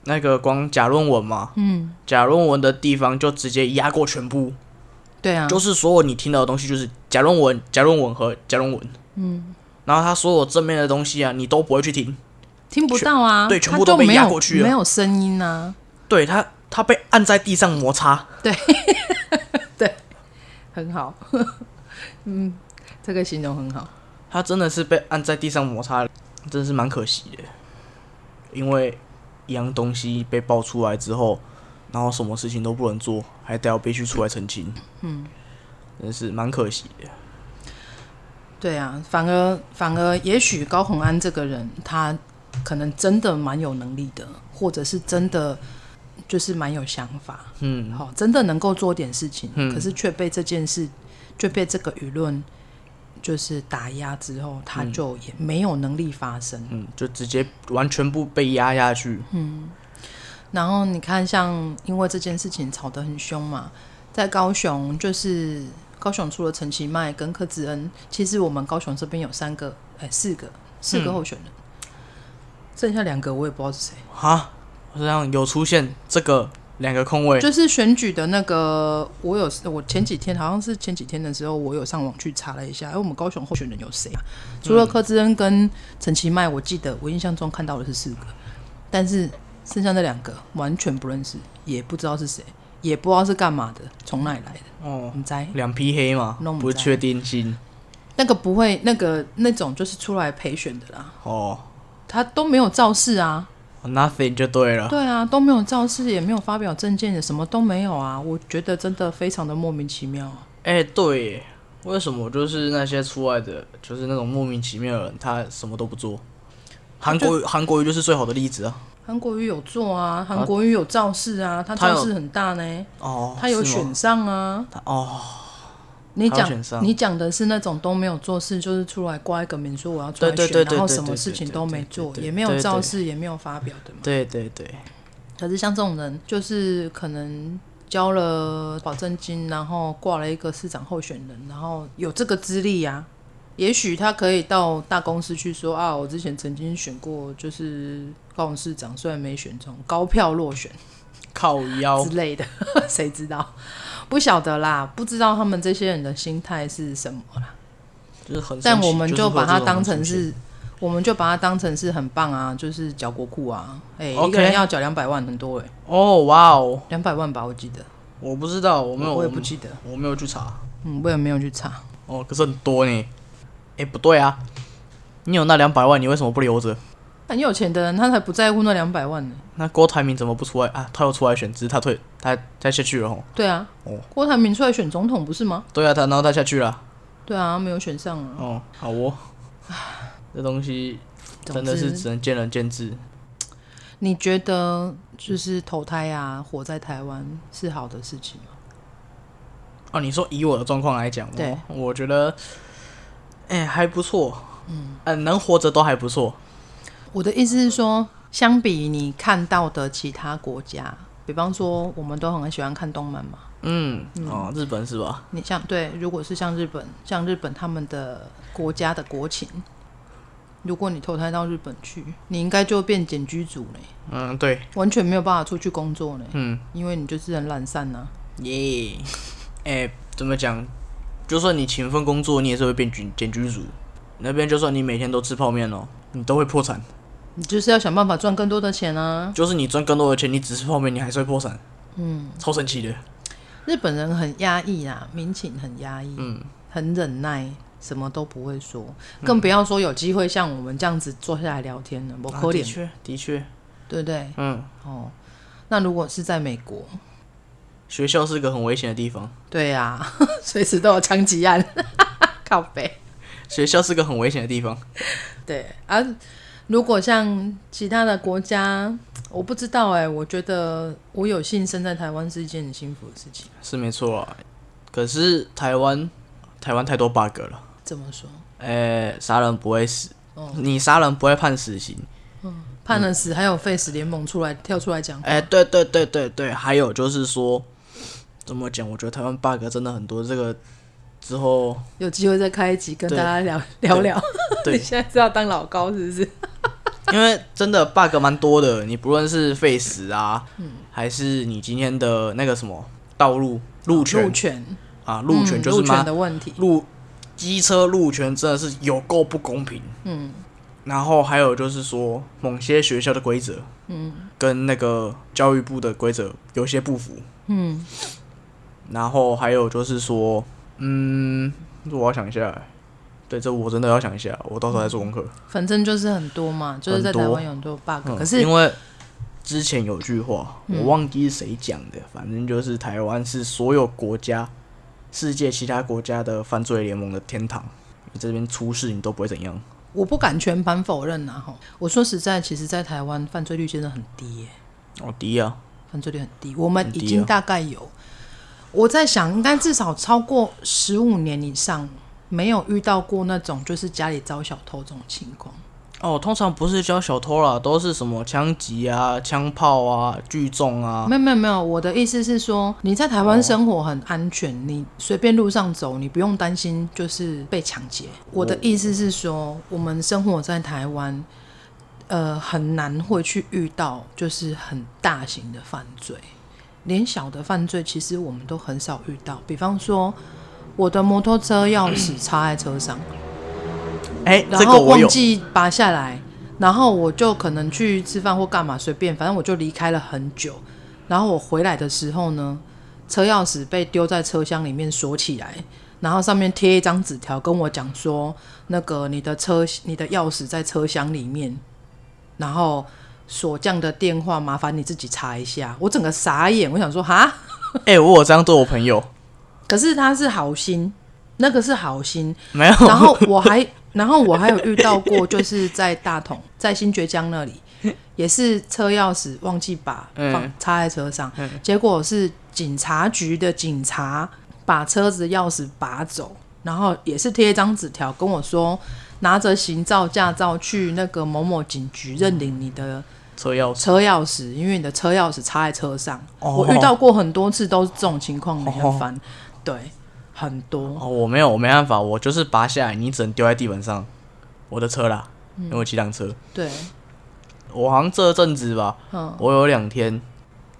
那个光假论文嘛，嗯，假论文的地方就直接压过全部。
对啊，
就是所有你听到的东西，就是假论文、假论文和假论文。嗯，然后他所有正面的东西啊，你都不会去听。
听不到啊，
对
它
全部都
就
被
没
压
有
过去了
没有声音啊，
对他，他被按在地上摩擦。
很好， 嗯，这个形容很好。
他真的是被按在地上摩擦，真是蛮可惜的。因为一样东西被爆出来之后，然后什么事情都不能做，还得要必须出来澄清。嗯，真是蛮可惜的。
对啊，反而反而，也许高洪安这个人，他可能真的蛮有能力的，或者是真的就是蛮有想法，
嗯，
好、真的能够做点事情，
嗯
可是却被这件事，却被这个舆论就是打压之后，他就也没有能力发声。
嗯，就直接完全不被压下去。
然后你看，像因为这件事情吵得很凶嘛，在高雄就是高雄除了陈其迈跟柯志恩，其实我们高雄这边有三个，哎，四个，四个候选人，剩下两个我也不知道是谁。
哈，这样有出现这个两个空位，
就是选举的那个，我有我前几天好像是前几天的时候，我有上网去查了一下，哎，我们高雄候选人有谁啊？除了柯志恩跟陈其迈，我记得我印象中看到的是四个，但是剩下那两个完全不认识，也不知道是谁，也不知道是干嘛的，从哪里来的，
哦，
你猜？
两匹黑嘛
弄，不
不
在
确定性
那个不会，那个那种就是出来陪选的啦，
哦
他都没有造势啊，
，nothing 就对了。
对啊，都没有造势，也没有发表证件，也什么都没有啊，我觉得真的非常的莫名其妙啊。
哎、对耶，为什么就是那些出来的，就是那种莫名其妙的人，他什么都不做？韩国韩国瑜就是最好的例子啊。
韩国瑜有做啊，韩国瑜有造势啊，他
他有
造势很大呢，
哦，
他有
是吗
选上啊。
哦，
你
他有
讲
选上
你讲的是那种都没有做事，就是出来挂一个名说我要出来
对对
选，
对对
然后
对
什么
对
事
对
情
对
都
对
没
对
做，
对
也没有
对
造
对
势，也没有发表的嘛。
对对对，
可是像这种人，就是可能交了保证金，然后挂了一个市长候选人，然后有这个资历呀、也许他可以到大公司去说啊，我之前曾经选过，就是高雄市长，虽然没选中，高票落选。
靠腰
之类的， 谁知道？不晓得啦，不知道他们这些人的心态是什么啦。
就是很神奇，
但我们
就
就把它
它
当成是，我们就把它当成是很棒啊，就是缴国库啊，哎、
OK
一个人要缴两百万，很多哎、
哦，哇哦，
两百万吧，我记得，
我不知道，我没有，
我也不记得，
我没有去查。
嗯，我也没有去查，
哦，可是很多呢。哎、不对啊，你有那两百万，你为什么不留着？
很有钱的人他才不在乎那两百万呢、
那郭台铭怎么不出来啊？他又出来选，只是他退，他他下去了吼。
对啊，
哦
郭台铭出来选总统不是吗？
对啊，他然后他下去了。
对啊，没有选上啊。
哦，好哦。这东西真的
总
是
之
只能见仁见智。
你觉得就是投胎啊，活在台湾是好的事情吗？
哦，你说以我的状况来讲，
对
我，我觉得，哎、还不错，嗯，呃，能活着都还不错。
我的意思是说，相比你看到的其他国家，比方说我们都很喜欢看动漫嘛，
嗯，哦，日本是吧？
你像对，如果是像日本，像日本他们的国家的国情，如果你投胎到日本去，你应该就变简居族嘞，
嗯，对，
完全没有办法出去工作嘞，
嗯，
因为你就是很懒散啊呐、
耶，哎，怎么讲？就算你勤奋工作，你也是会变军检举组。那边就算你每天都吃泡面哦，你都会破产。
你就是要想办法赚更多的钱啊。
就是你赚更多的钱，你只吃泡面，你还是会破产。嗯，超神奇的。
日本人很压抑啊，民情很压抑，嗯，很忍耐，什么都不会说，更不要说有机会像我们这样子坐下来聊天了，我
啊
可
的
怜，
确，的确，
对不对？
嗯，
哦，那如果是在美国，
学校是个很危险的地方。
对呀、啊， 随时都有枪击案， 靠北。
学校是个很危险的地方。
对啊，如果像其他的国家，我不知道哎、我觉得我有幸生在台湾是一件很幸福的事情。
是没错啊。可是台湾，台湾太多 bug 了。
怎么说？
诶、杀人不会死，你杀人不会判死刑。
判
嗯
了死，还有 Face 联盟出来跳出来讲，
诶、对对对对对，还有就是说，怎么讲？我觉得台湾 bug 真的很多。这个之后，
有机会再开一集跟
对
大家聊聊聊。你
对，
现在是要当老高是不是？
因为真的 bug 蛮多的。你不论是废死啊，
嗯
还是你今天的那个什么道路路
路
权
权，
啊，路权就是
嗯路
妈
权的问题。
路机车路权真的是有够不公平。嗯，然后还有就是说，某些学校的规则，嗯，跟那个教育部的规则有些不符。
嗯，
然后还有就是说，嗯，我要想一下欸，对，这我真的要想一下，我到时候再做功课。
反正就是很多嘛，就是在
很多
台湾有很多 bug，、
嗯
可是
因为之前有句话，我忘记是谁讲的，反正就是台湾是所有国家、世界其他国家的犯罪联盟的天堂。你这边出事，你都不会怎样。
我不敢全盘否认呐、吼，我说实在，其实，在台湾犯罪率真的很低耶、欸
哦，低啊，
犯罪率很低，我们
很低
已
啊
经大概有，我在想，应该至少超过十五年以上，没有遇到过那种就是家里遭小偷这种情况。
哦，通常不是教小偷啦，都是什么枪击啊、枪炮啊、聚众啊。
没有没有没有，我的意思是说，你在台湾生活很安全，你随便路上走，你不用担心就是被抢劫。我的意思是说，我们生活在台湾，呃，很难会去遇到就是很大型的犯罪，连小的犯罪其实我们都很少遇到。比方说，我的摩托车钥匙插在车上，
哎、
然
这个
后
我
忘
有，
记拔下来，然后我就可能去吃饭或干嘛，随便，反正我就离开了很久。然后我回来的时候呢，车钥匙被丢在车厢里面锁起来，然后上面贴一张纸条跟我讲说，那个你的车你的钥匙在车厢里面，然后锁匠的电话麻烦你自己查一下。我整个傻眼，我想说哈，
哎、我有这样对我朋友，
可是他是好心，那个是好心，
没 有，
然后我还， 然后我还有遇到过，就是在大同， 在新觉江那里，也是车钥匙忘记把放
嗯
插在车上，结果是警察局的警察把车子钥匙拔走，然后也是贴一张纸条跟我说，拿着行照驾照去那个某某警局认领你的
车钥匙，
车钥匙，因为你的车钥匙插在车上。
哦
我遇到过很多次都是这种情况，你很烦，对，很多。
哦，我没有，我没办法，我就是拔下来，你只能丢在地板上。我的车啦，因为我骑辆车，
对，
我好像这阵子吧，
嗯
我有两天，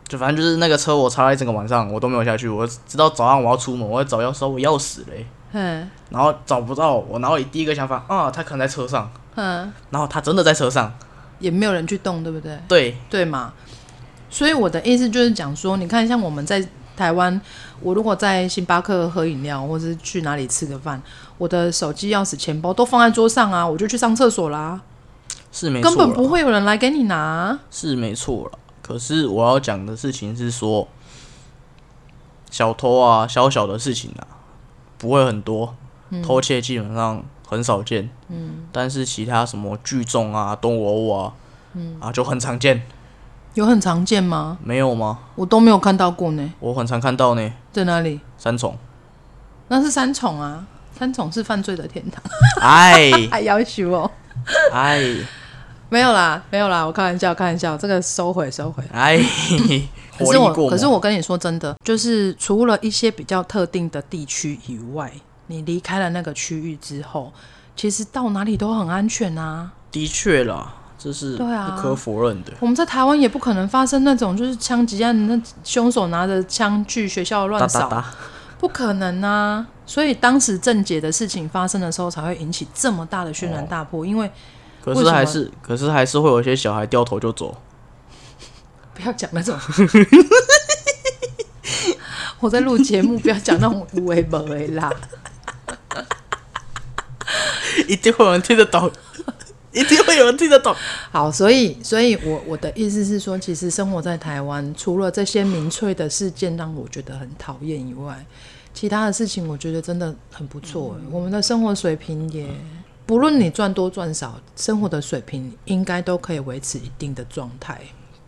就反正就是那个车我插了一整个晚上，我都没有下去，我直到早上我要出门，我要找钥匙，我钥匙嘞、
嗯
然后找不到，我脑里第一个想法啊，他可能在车上，
嗯。
然后他真的在车上，
也没有人去动，对不对？
对，
对嘛？所以我的意思就是讲说，你看，像我们在台湾，我如果在星巴克喝饮料，或是去哪里吃个饭，我的手机、钥匙、钱包都放在桌上啊，我就去上厕所啦，
是没错
根
啦，
本不会有人来给你拿。
是没错了。可是我要讲的事情是说，小偷啊，小小的事情啊，不会很多，
嗯
偷窃基本上很少见。嗯，但是其他什么聚众啊、动我我啊，嗯啊就很常见，
有很常见吗？
没有吗？
我都没有看到过呢，
我很常看到呢，
在哪里？
三重。
那是三重啊，三重是犯罪的天堂，
哎
还要求哦。
哎
没有啦，没有啦，我开玩笑，开玩笑，这个收回，收回。
哎，
可
活
是
力
我，
过
可是
猛。
我跟你说真的，就是除了一些比较特定的地区以外，你离开了那个区域之后，其实到哪里都很安全啊。
的确啦，这是
对啊
不可否认的。
我们在台湾也不可能发生那种就是枪击案，那凶手拿着枪去学校
哒
乱
哒
扫，
哒，
不可能啊！所以当时郑解的事情发生的时候，才会引起这么大的轩然大
哦
波，因为
可
为
是
什
还
么
是，可是还是会有一些小孩掉头就走。
不要讲那种。 我在录节目，不要讲那种无为不为啦。
一定会有人听得懂， 一定会有人听得懂。
好，所以，所以我我的意思是说，其实生活在台湾，除了这些民粹的事件让我觉得很讨厌以外，其他的事情我觉得真的很不错、欸。我们的生活水平也，不论你赚多赚少，生活的水平应该都可以维持一定的状态。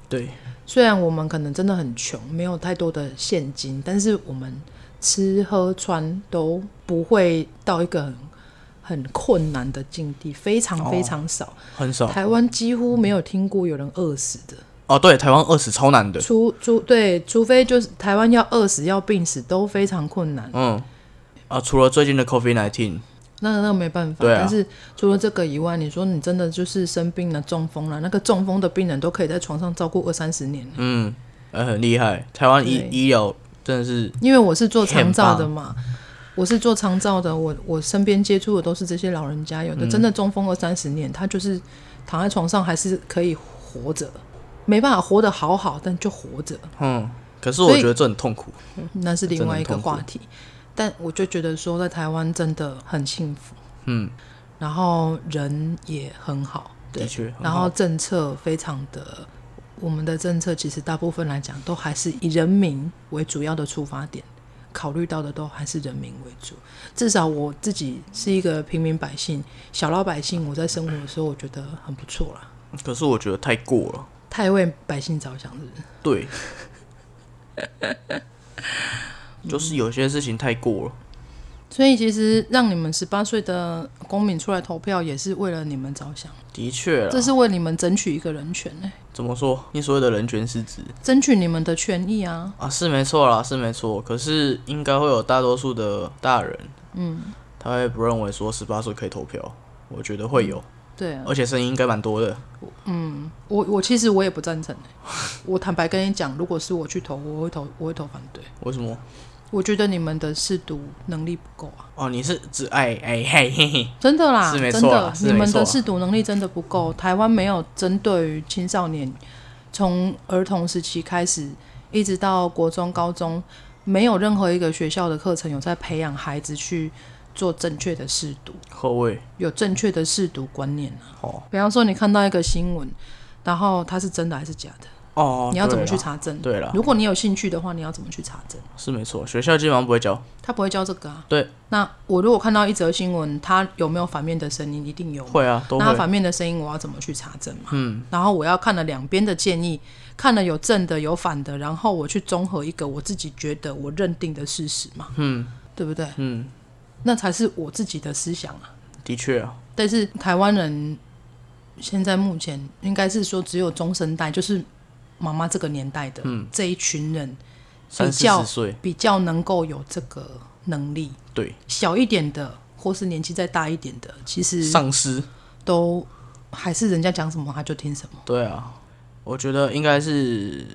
对，
虽然我们可能真的很穷，没有太多的现金，但是我们吃喝穿都不会到一个很很困难的境地，非常非常少。
很少
台湾几乎没有听过有人饿死的，
哦。对，台湾二十超难的。
除除对，除非就是台湾要饿死要病死都非常困难，
嗯，啊，除了最近的 COVID nineteen，
那个那个没办法。
对啊
但是除了这个以外，你说你真的就是生病
嗯
了、中风了，那个中风的病人都可以在床上照顾二三十年。
嗯，呃，很厉害。台湾医
对
医疗真的是
因为我是做长照的
很
嘛，我是做长照的，我我身边接触的都是这些老人家，有的
嗯
真的中风二三十年，他就是躺在床上还是可以活着，没办法活得好好，但就活着。
嗯，可是
所
我
以
觉得这很痛苦。
那是另外一个话
真的很
题。但我就觉得说，在台湾真的很幸福，嗯，然后人也很好，对
的，确，
然后政策非常的，我们的政策其实大部分来讲都还是以人民为主要的出发点，考虑到的都还是人民为主。至少我自己是一个平民百姓、小老百姓，我在生活的时候，我觉得很不错啦，
可是我觉得太过了。
太为百姓着想，是不是？
对，就是有些事情太过了。
所以其实让你们十八岁的公民出来投票，也是为了你们着想，
的确
这
啦，
是为你们争取一个人权呢、欸
怎么说？你所谓的人权是指
争取你们的权益啊。
啊，是没错啦，是没错。可是应该会有大多数的大人，嗯，他会不认为说十八岁可以投票，我觉得会有，
对啊，
而且声音应该蛮多的。
我我其实我也不赞成、欸，我坦白跟你讲，如果是我去投，我会投我会投反对。
为什么？
我觉得你们的试读能力不够啊，
哦，你是指哎哎嘿嘿嘿，
真的啦，
是没
真
错
的
啊，是
你们
没错
的
啊
试读能力真的不够。台湾没有针对于青少年，从儿童时期开始，一直到国中、高中，没有任何一个学校的课程有在培养孩子去做正确的试读，
后卫
有正确的试读观念啊。
哦
比方说，你看到一个新闻，然后它是真的还是假的，
哦，
你要怎么
对啊
去
啦？
查证？
对了，
如果你有兴趣的话，你要怎么去查证？
是没错，学校基本上不会教，
他不会教这个啊。
对。
那我如果看到一则新闻，它有没有反面的声音？一定有嘛。
会啊，都
那它
会。
反面的声音，我要怎么去查证嘛？嗯。然后我要看了两边的建议，看了有正的有反的，然后我去综合一个我自己觉得我认定的事实嘛。嗯。对不对？
嗯，
那才是我自己的思想啊。
的确啊，
但是台湾人现在目前应该是说，只有中生代，就是妈妈这个年代的、
嗯
这一群人，
三四
较
十岁，
比较能够有这个能力。
对，
小一点的，或是年纪再大一点的，其实
丧尸，
都还是人家讲什么他就听什么。
对啊，我觉得应该是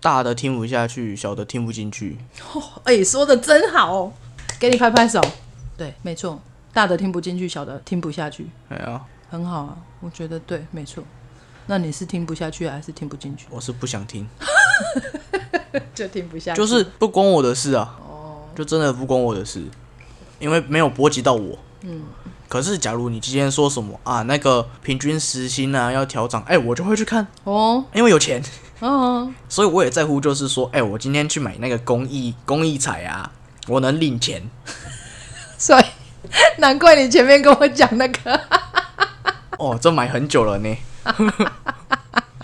大的听不下去，小的听不进去，
哎、说的真好哦，给你拍拍手。对，没错，大的听不进去，小的听不下去，
哎呀，
很好啊，我觉得对，没错。那你是听不下去还是听不进去？
我是不想听。
就听不下去，
就是不关我的事啊，
哦
就真的不关我的事，因为没有波及到我。嗯，可是假如你今天说什么啊，那个平均时薪啊要调涨，哎、我就会去看，
哦，
因为有钱，
嗯、
所以我也在乎，就是说，哎、我今天去买那个公益公益彩啊，我能领钱。
所以难怪你前面跟我讲那个，
哦，这买很久了呢，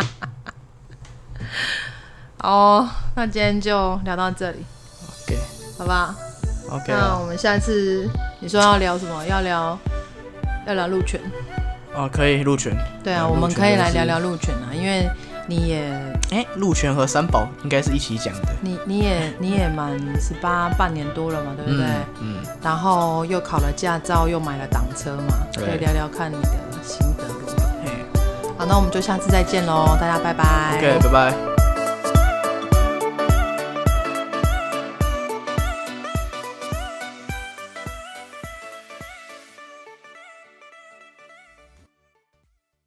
哦，那今天就聊到这里，
OK
好吧？
OK
那
啊
我们下次你说要聊什么？要聊要聊鹿权？
啊，可以鹿泉。
对啊，
啊
我们
鹿权
可以
真的
来聊
是
聊鹿权啊，因为你也
哎、鹿泉和三宝应该是一起讲的。
你你也你也满十八半年多了嘛，对不对？
嗯嗯，
然后又考了驾照，又买了挡车嘛，可
对
以聊聊看你的心得如何。
嘿
好，那我们就下次再见喽，大家拜拜。哎
，OK，拜拜。